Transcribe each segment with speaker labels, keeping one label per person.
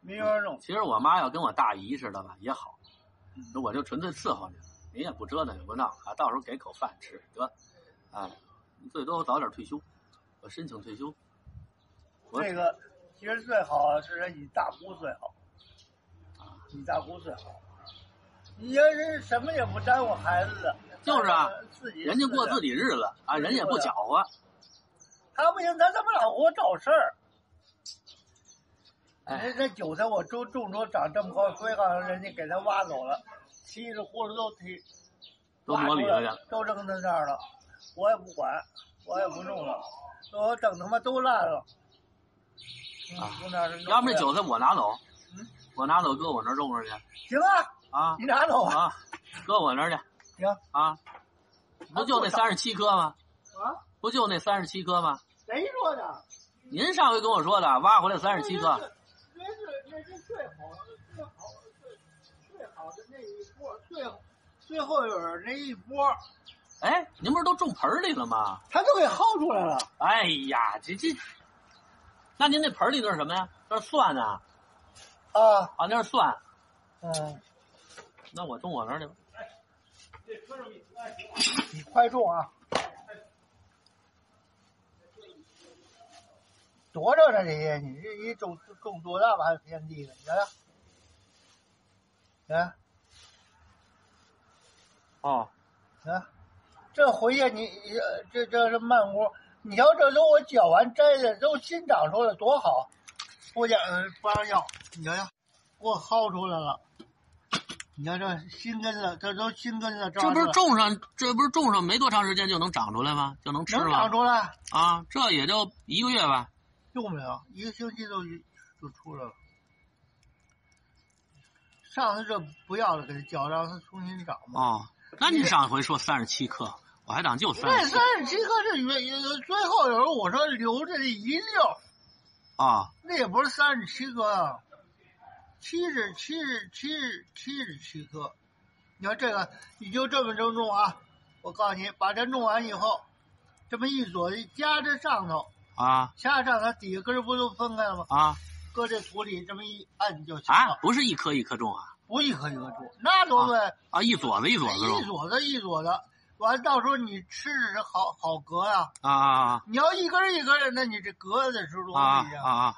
Speaker 1: 没法弄。
Speaker 2: 其实我妈要跟我大姨似的吧，也好，
Speaker 1: 嗯
Speaker 2: 那我就纯粹伺候你，你也不折腾也不闹啊，到时候给口饭吃得，哎，最多我早点退休，我申请退休。我
Speaker 1: 这个其实最好是你大姑最好，你大姑最好。你要是什么也不沾我孩子的，
Speaker 2: 就是啊，
Speaker 1: 自己
Speaker 2: 人家过自己日子啊，人家也不搅和，
Speaker 1: 他不行，他他妈老给我找事儿。
Speaker 2: 哎
Speaker 1: 那那韭菜我种种着长这么高，所以好像人家给他挖走了，稀里糊涂都提
Speaker 2: 都磨里头去了。，
Speaker 1: 都扔在那儿了，我也不管，我也不弄了，我等他妈都烂了。嗯
Speaker 2: 啊
Speaker 1: 从那儿弄
Speaker 2: 要不
Speaker 1: 回
Speaker 2: 这
Speaker 1: 来
Speaker 2: 韭菜我拿走
Speaker 1: 嗯，
Speaker 2: 我拿走搁我那儿种着去
Speaker 1: 行啊，
Speaker 2: 啊
Speaker 1: 你拿走吧。
Speaker 2: 啊，搁我那儿去。
Speaker 1: 行
Speaker 2: 啊，不就那三十七棵吗？
Speaker 1: 啊，
Speaker 2: 不就那三十七棵吗？
Speaker 1: 谁说的？
Speaker 2: 您上回跟我说的，挖回来三十七棵。
Speaker 1: 那是那是最好的最好的最最好的那一波，最最后有那一波，
Speaker 2: 哎，您不是都种盆儿里了吗？
Speaker 1: 他都给薅出来了。
Speaker 2: 哎呀，这这，那您那盆儿里那是什么呀？那是蒜啊，
Speaker 1: 啊，
Speaker 2: 啊，那是蒜。
Speaker 1: 嗯，
Speaker 2: 那我种我那儿去吧。
Speaker 1: 你快种啊！多着呢，这些你这一种种多大把田地了？你嗯看，你看，
Speaker 2: 哦，
Speaker 1: 你看，这回去你你这这是慢窝，你要这都我搅完摘的都新长出来多好，我讲呃不让要，你瞧瞧，给我薅出来了，你看这新根子，这都新根子，
Speaker 2: 这不是种上，这不是种上没多长时间就能长出来吗？就能吃
Speaker 1: 能
Speaker 2: 吗
Speaker 1: 长？出来？
Speaker 2: 啊，这也就一个月吧。
Speaker 1: 用不了，一个星期就就出来了。上次这不要了，给它搅，让它重新长嘛。
Speaker 2: 哦，那您上回说三十七棵，我还当就三
Speaker 1: 那
Speaker 2: 十七
Speaker 1: 三十七颗这原因，最后有时候我说留着这一溜，
Speaker 2: 啊。
Speaker 1: 那也不是三十七颗啊，七十七十七十七十七颗。你看这个，你就这么着弄啊！我告诉你，把这弄完以后，这么一左一夹着上头，
Speaker 2: 啊
Speaker 1: 夹着上头底下根儿不都分开了吗？
Speaker 2: 啊
Speaker 1: 搁这土里这么一按就行了。
Speaker 2: 啊！不是一颗一颗种啊
Speaker 1: 不一颗一颗种，那多对，
Speaker 2: 啊，一撮子一撮子
Speaker 1: 一
Speaker 2: 种
Speaker 1: 撮子一撮子，完到时候你吃着好好隔呀、
Speaker 2: 啊啊
Speaker 1: 你要一根儿一根儿的，那你这隔的时候
Speaker 2: 啊啊
Speaker 1: 呀
Speaker 2: 啊啊！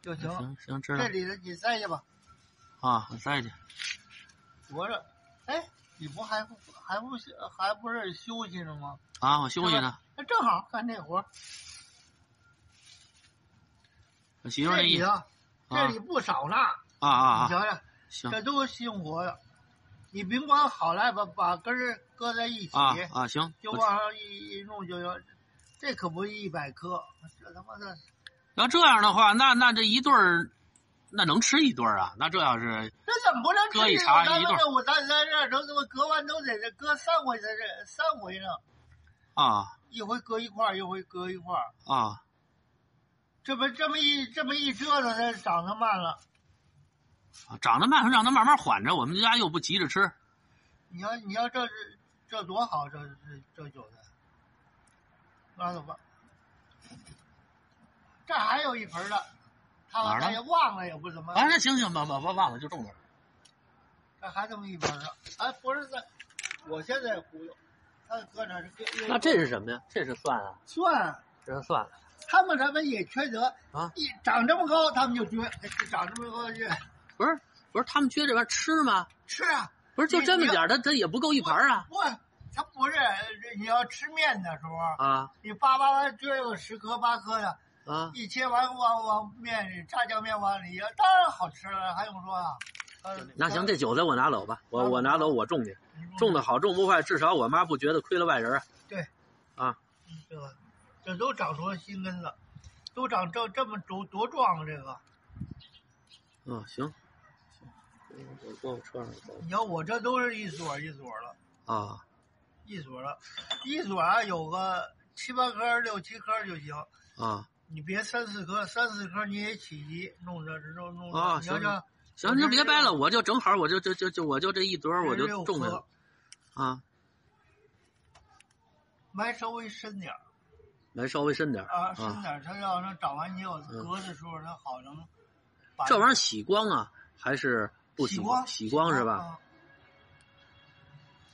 Speaker 1: 就行了。
Speaker 2: 行行，知道
Speaker 1: 这里头你塞去吧，
Speaker 2: 啊，我塞去
Speaker 1: 活着。哎，你不还不还不还不是休息呢吗？
Speaker 2: 啊，我休息呢。
Speaker 1: 那正好干这活儿。
Speaker 2: 我媳妇
Speaker 1: 这
Speaker 2: 儿那
Speaker 1: 里
Speaker 2: 意
Speaker 1: 头
Speaker 2: 啊
Speaker 1: 这里不少呢，
Speaker 2: 啊啊
Speaker 1: 你
Speaker 2: 啊，
Speaker 1: 瞧瞧，
Speaker 2: 行
Speaker 1: 这都是新活的。你甭管好赖吧，把根儿搁在一起。
Speaker 2: 啊啊行，
Speaker 1: 就
Speaker 2: 我
Speaker 1: 往上一一弄就行，这可不一百颗，这他妈的，
Speaker 2: 要这样的话，那那这一对儿，那能吃一对儿啊？那这要是
Speaker 1: 这怎么不能吃
Speaker 2: 搁一茬
Speaker 1: 咱
Speaker 2: 一段
Speaker 1: 们我咱咱这都他妈隔完都得隔三回才这三回呢，
Speaker 2: 啊
Speaker 1: 一回隔一块儿，一回隔一块儿，
Speaker 2: 啊
Speaker 1: 这么这么一这么一折腾，它长得慢了。
Speaker 2: 啊长得慢，让它慢慢缓着。我们家又不急着吃
Speaker 1: 你要你要这是这多好，这这这韭菜，拉倒吧。这儿还有一盆呢，他
Speaker 2: 哪儿
Speaker 1: 好
Speaker 2: 呢
Speaker 1: 像也忘了也不怎么。
Speaker 2: 啊。那行行，忘忘忘忘了就种这儿
Speaker 1: 这还这么一盆呢？哎，不是在，我现在忽悠，他搁哪是搁？
Speaker 2: 那这是什么呀？这是蒜啊，
Speaker 1: 蒜，
Speaker 2: 这是蒜
Speaker 1: 他们他们也缺德
Speaker 2: 啊！
Speaker 1: 一长这么高，他们就撅；长这么高就
Speaker 2: 不是不是，他们撅这边吃吗？
Speaker 1: 吃啊！
Speaker 2: 不是就这么点儿，它它也不够一盘儿啊
Speaker 1: 不，他不是你要吃面的时候，
Speaker 2: 啊
Speaker 1: 你叭叭叭撅个十颗八颗的，
Speaker 2: 啊！
Speaker 1: 一切完往往面里炸酱面往里一，当然好吃了，还用说啊？呃
Speaker 2: 那行，这韭菜我拿走吧，我我拿走，我种去，种
Speaker 1: 的
Speaker 2: 的好，种不坏，至少我妈不觉得亏了外人啊。
Speaker 1: 这个，这都长出了新根了，都长这这么多多壮啊这个。
Speaker 2: 嗯，行，行，嗯我坐我车上走
Speaker 1: 你看我这都是一撮儿一撮儿了，
Speaker 2: 啊
Speaker 1: 一撮儿了，一撮儿啊有个七八颗儿、六七颗儿就行。
Speaker 2: 啊！
Speaker 1: 你别三四颗，三四颗你也起急，弄着弄弄着。
Speaker 2: 啊
Speaker 1: 你要
Speaker 2: 行
Speaker 1: 这
Speaker 2: 行，您别掰了，
Speaker 1: 嗯
Speaker 2: 我就正好，我就就就就我就这一堆儿，我就
Speaker 1: 六
Speaker 2: 种去了
Speaker 1: 颗，
Speaker 2: 啊，
Speaker 1: 埋稍微深点儿
Speaker 2: 来稍微深点儿
Speaker 1: 啊，深
Speaker 2: 啊
Speaker 1: 点儿，它要是长完以后，
Speaker 2: 嗯
Speaker 1: 隔的时候它好能把
Speaker 2: 这玩意儿喜光啊，还是不
Speaker 1: 喜
Speaker 2: 光？
Speaker 1: 光
Speaker 2: 喜光是吧？？
Speaker 1: 啊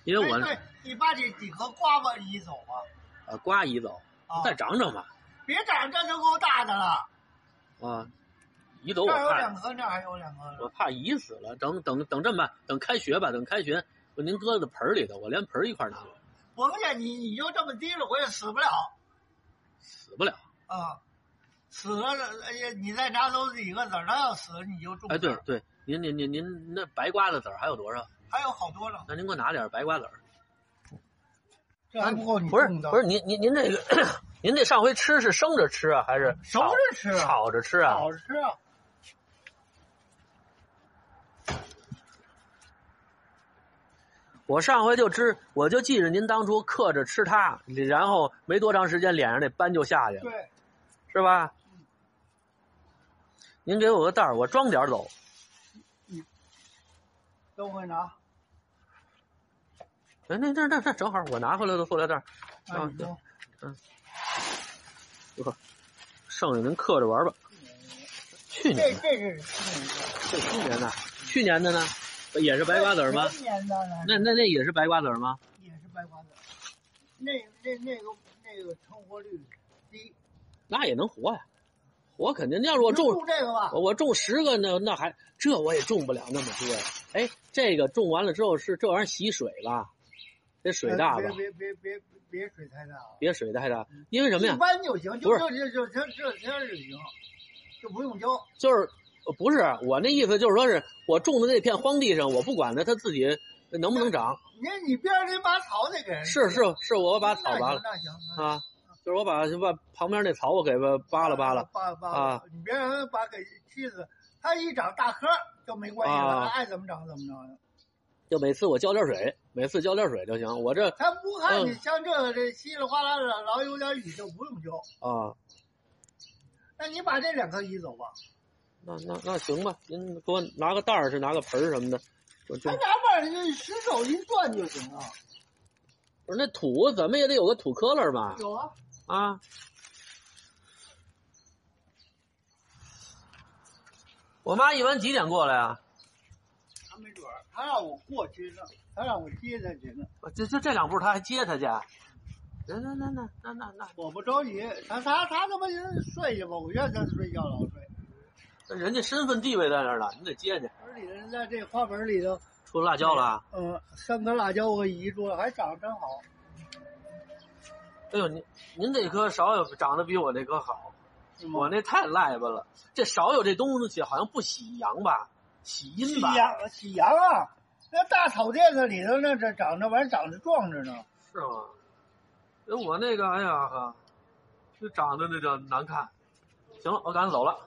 Speaker 2: 因为我
Speaker 1: 哎对，你把这几颗瓜吧移走吧。
Speaker 2: 呃瓜移走，
Speaker 1: 啊，
Speaker 2: 再长长吧。
Speaker 1: 别长这就够大的了。
Speaker 2: 啊，移走
Speaker 1: 这
Speaker 2: 我
Speaker 1: 儿有
Speaker 2: 怕
Speaker 1: 两颗，那儿还有两颗。
Speaker 2: 我怕移死了。等等等这么办，等开学吧，等开学，我您搁在盆儿里头，我连盆儿一块儿拿了，
Speaker 1: 我跟你讲，你你就这么低了，我也死不了
Speaker 2: 死不了。
Speaker 1: 啊。死了，哎呀，你再拿走几个籽儿，它要死你就中。
Speaker 2: 哎，对，对，您您您您那白瓜的籽儿还有多少？
Speaker 1: 还有好多呢，
Speaker 2: 那您给我拿点儿白瓜籽儿。
Speaker 1: 嗯这还不够你
Speaker 2: 哎不是
Speaker 1: 种的。
Speaker 2: 不是，您您您这个， 您这上回吃是生着吃啊，还是
Speaker 1: 熟
Speaker 2: 炒
Speaker 1: 着吃啊，
Speaker 2: 炒着吃啊？
Speaker 1: 好吃啊。
Speaker 2: 我上回就知，我就记着您当初刻着吃它，然后没多长时间脸上那斑就下去了，
Speaker 1: 对，
Speaker 2: 是吧？您给我个袋儿，我装点儿走。
Speaker 1: 都会拿。
Speaker 2: 哎，那那那那正好，我拿回来的塑料袋儿，
Speaker 1: 哎
Speaker 2: 啊
Speaker 1: 你说
Speaker 2: 剩下您刻着玩儿吧。去
Speaker 1: 这
Speaker 2: 年的，
Speaker 1: 这是去
Speaker 2: 这去年的，去年的呢，也是白瓜子儿吗？
Speaker 1: 今年的呢
Speaker 2: 那那那也是白瓜子儿吗？
Speaker 1: 也是白瓜子儿。那那那个那个成活率低。
Speaker 2: 那也能活呀、活肯定。要是我种
Speaker 1: 就这个吧
Speaker 2: 我，我种十个呢，那还这我也种不了那么多呀。哎，这个种完了之后是这玩意儿洗水了，这水大吧？
Speaker 1: 呃别别别别别水太大了。
Speaker 2: 别水太大，因为什么呀
Speaker 1: 一？般就行，
Speaker 2: 不
Speaker 1: 就是就就就就就就就行，就不用浇。
Speaker 2: 就是呃不是我那意思，就是说是我种的那片荒地上，我不管它，它自己能不能长？
Speaker 1: 那你边上那把草得给人。
Speaker 2: 是是是，我把草
Speaker 1: 那
Speaker 2: 拔了
Speaker 1: 行那行，那行
Speaker 2: 啊，就是我把把旁边那草我给它扒拉扒拉。，
Speaker 1: 扒拉扒拉。
Speaker 2: 啊
Speaker 1: 你别让它把给气死，它一长大棵就没关系了，
Speaker 2: 啊
Speaker 1: 爱怎么长怎么长。
Speaker 2: 就每次我浇点水，每次浇点水就行。我这
Speaker 1: 它不看你
Speaker 2: 嗯
Speaker 1: 像这个这稀里哗啦的，老有点雨就不用浇。
Speaker 2: 啊，
Speaker 1: 那你把这两颗移走吧，
Speaker 2: 那那那行吧，您给我拿个袋儿是拿个盆儿什么的，我就
Speaker 1: 它拿把儿就使手一攥就行了。
Speaker 2: 不是那土怎么也得有个土坷垃吧？
Speaker 1: 有啊，
Speaker 2: 啊，我妈一般几点过来啊？
Speaker 1: 他没准儿，他让我过去呢，他让我接他去呢。
Speaker 2: 这这这两步她还接她去？啊那那那那那那那
Speaker 1: 我不着急，他他他他妈睡去吧，我愿意他睡觉老睡。
Speaker 2: 那人家身份地位在那儿呢，你得接去。
Speaker 1: 而里人在这花盆里头，
Speaker 2: 出辣椒了啊，
Speaker 1: 嗯，三颗辣椒我移住了，还长得真好。
Speaker 2: 哎呦，您您这棵芍药长得比我那棵好，
Speaker 1: 是吗
Speaker 2: 我那太赖巴了。这芍药这东西好像不喜阳吧，喜阴
Speaker 1: 喜
Speaker 2: 吧？
Speaker 1: 羊喜羊啊，那大草甸子里头那这长着玩意儿长得壮着呢。
Speaker 2: 是吗？那我那个，哎呀哈，就长得那叫难看。行了，我赶紧走了，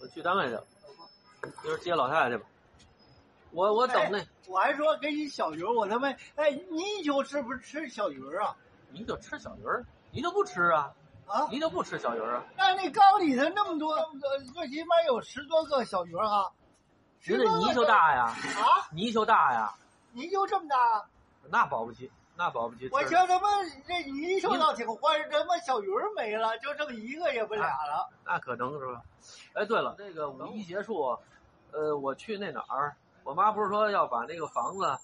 Speaker 2: 我去单位去了，一会儿接老太太去吧。我我等那，
Speaker 1: 我还说给你小鱼儿，我他妈哎，你一宿是不是吃小鱼儿啊？
Speaker 2: 你就吃小鱼儿，你就不吃啊？
Speaker 1: 啊，
Speaker 2: 你就不吃小鱼儿啊？
Speaker 1: 那那缸里头那么多，最起码有十多个小鱼儿哈。十
Speaker 2: 您这
Speaker 1: 多个
Speaker 2: 泥鳅大呀，
Speaker 1: 啊，
Speaker 2: 泥鳅大呀，
Speaker 1: 泥鳅这么大，
Speaker 2: 那保不齐，那保不齐
Speaker 1: 我
Speaker 2: 吃。
Speaker 1: 瞧他妈这泥鳅倒挺欢实，他妈小鱼儿没了，就这么一个也不俩了。
Speaker 2: 那可能是吧？哎，对了，那个五一结束，呃，我去那哪儿？我妈不是说要把那个房子，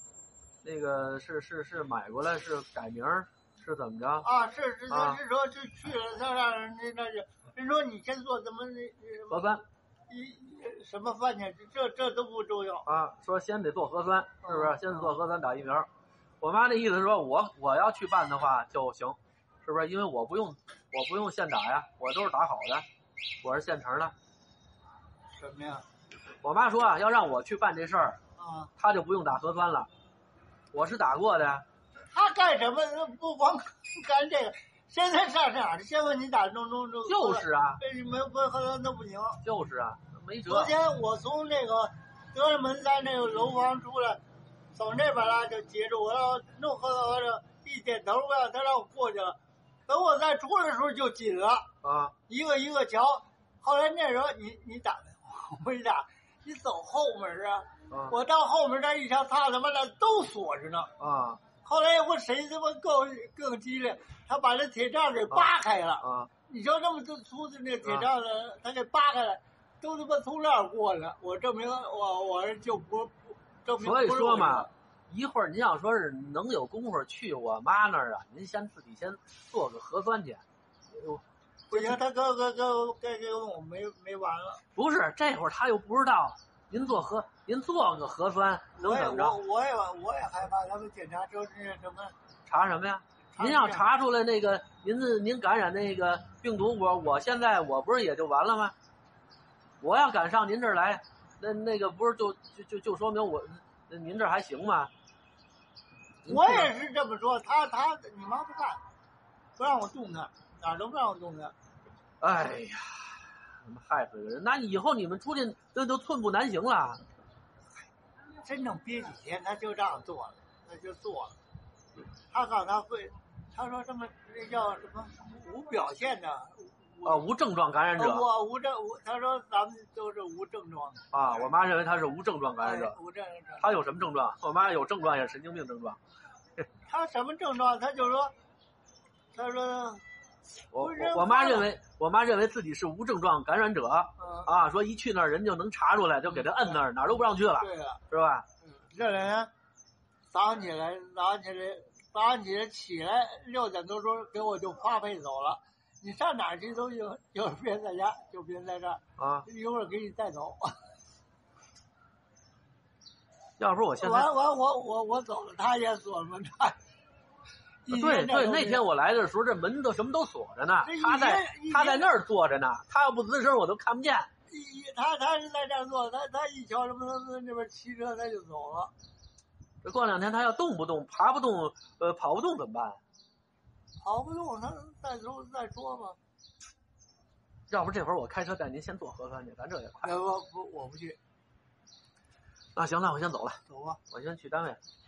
Speaker 2: 那个是是是买过来，是改名儿，是怎么着？
Speaker 1: 啊，是是
Speaker 2: 啊
Speaker 1: 是是说就去了，他让人家那就人说你先做什么那那
Speaker 2: 核酸
Speaker 1: 一呃什么饭去，这这都不重要。
Speaker 2: 啊，说先得做核酸，是不是？
Speaker 1: 嗯
Speaker 2: 先得做核酸打疫苗。我妈那意思是说，我我要去办的话就行，是不是？因为我不用我不用现打呀，我都是打好的，我是现成的。
Speaker 1: 什么呀？
Speaker 2: 我妈说啊，要让我去办这事儿，
Speaker 1: 啊，
Speaker 2: 她就不用打核酸了。我是打过的呀，
Speaker 1: 他干什么？不光干这个，现在上哪儿去？先问你打中中中，
Speaker 2: 就是啊，
Speaker 1: 为什么不喝咱都不行？
Speaker 2: 就是啊，没辙
Speaker 1: 昨。天我从那个德胜门在那个楼房出来，走那边来就截住我，让我弄喝到我这一点头不要，他让我过去了。等我再出来的时候就紧了。
Speaker 2: 啊，
Speaker 1: 一个一个瞧。后来那时候你你打电话，我没打，你走后门啊？
Speaker 2: 啊
Speaker 1: 我到后门那一瞧，他他妈的都锁着呢。
Speaker 2: 啊
Speaker 1: 后来我谁他妈更更激烈，他把那铁栅给扒开了。
Speaker 2: 啊！
Speaker 1: 你瞧那么粗粗的那个铁栅呢，他给扒开了，都他妈从那儿过来，我证明我我就不不证明。
Speaker 2: 所以说嘛，，一会儿您要说是能有功夫去我妈那儿啊，您先自己先做个核酸去。
Speaker 1: 不行，他哥哥哥该给我没没完了。
Speaker 2: 不是，这会儿他又不知道，您做核，您做个核酸能
Speaker 1: 我也
Speaker 2: 怎么
Speaker 1: 我
Speaker 2: 着？
Speaker 1: 我也我也害怕，他们检查出是什么？
Speaker 2: 查什么呀？您要查出来那个您的您感染那个病毒，我我现在我不是也就完了吗？我要敢上您这儿来，那那个不是就就就就说明我那您这儿还行吗？您
Speaker 1: 我
Speaker 2: 这
Speaker 1: 也是这么说，他他你妈不干，不让我动弹，哪儿都不让我动弹。
Speaker 2: 哎呀，他妈害死一个人！那你以后你们出去那都寸步难行了。
Speaker 1: 真正憋几天，他就让做了，他就做了。他告诉他会，他说什么那叫什么无表现的，
Speaker 2: 啊，无症状感染者
Speaker 1: 我无症无，他说咱们都是无症状的，
Speaker 2: 啊，我妈认为他是无症状感染
Speaker 1: 哎
Speaker 2: 者。
Speaker 1: 无症状。
Speaker 2: 他有什么症状？我妈有症状也是神经病症状。
Speaker 1: 他什么症状？他就说，他说，
Speaker 2: 我
Speaker 1: 不是
Speaker 2: 我我妈认为我妈认为自己是无症状感染者
Speaker 1: 嗯，
Speaker 2: 啊，说一去那儿人就能查出来，就给他摁那儿，哪儿都不让去了，
Speaker 1: 对了，
Speaker 2: 是吧？
Speaker 1: 嗯这人早上起来，早上起来，早上起来起来六点多钟给我就发配走了。你上哪儿去都行，就是别在家，就别在这儿，
Speaker 2: 啊，
Speaker 1: 一会儿给你带走。
Speaker 2: 要不是我现在啊
Speaker 1: 完完，我我我走了，他也锁门他一
Speaker 2: 对
Speaker 1: 天这
Speaker 2: 对，
Speaker 1: 东西
Speaker 2: 那天我来的时候这门都什么都锁着呢
Speaker 1: 这一，
Speaker 2: 他在
Speaker 1: 天
Speaker 2: 他在那儿坐着呢，他要不吱声我都看不见。
Speaker 1: 一他他是在这儿坐，他他一瞧什么，他那边骑车他就走了。
Speaker 2: 这过两天他要动不动爬不动，呃，跑不动怎么办？
Speaker 1: 跑不动，他再说再说吧。
Speaker 2: 要不这会儿我开车带您先做核酸去，咱这也
Speaker 1: 嗯
Speaker 2: 快。啊
Speaker 1: 我不我不去，
Speaker 2: 那行，那我先走了，
Speaker 1: 走吧。
Speaker 2: 我先去单位。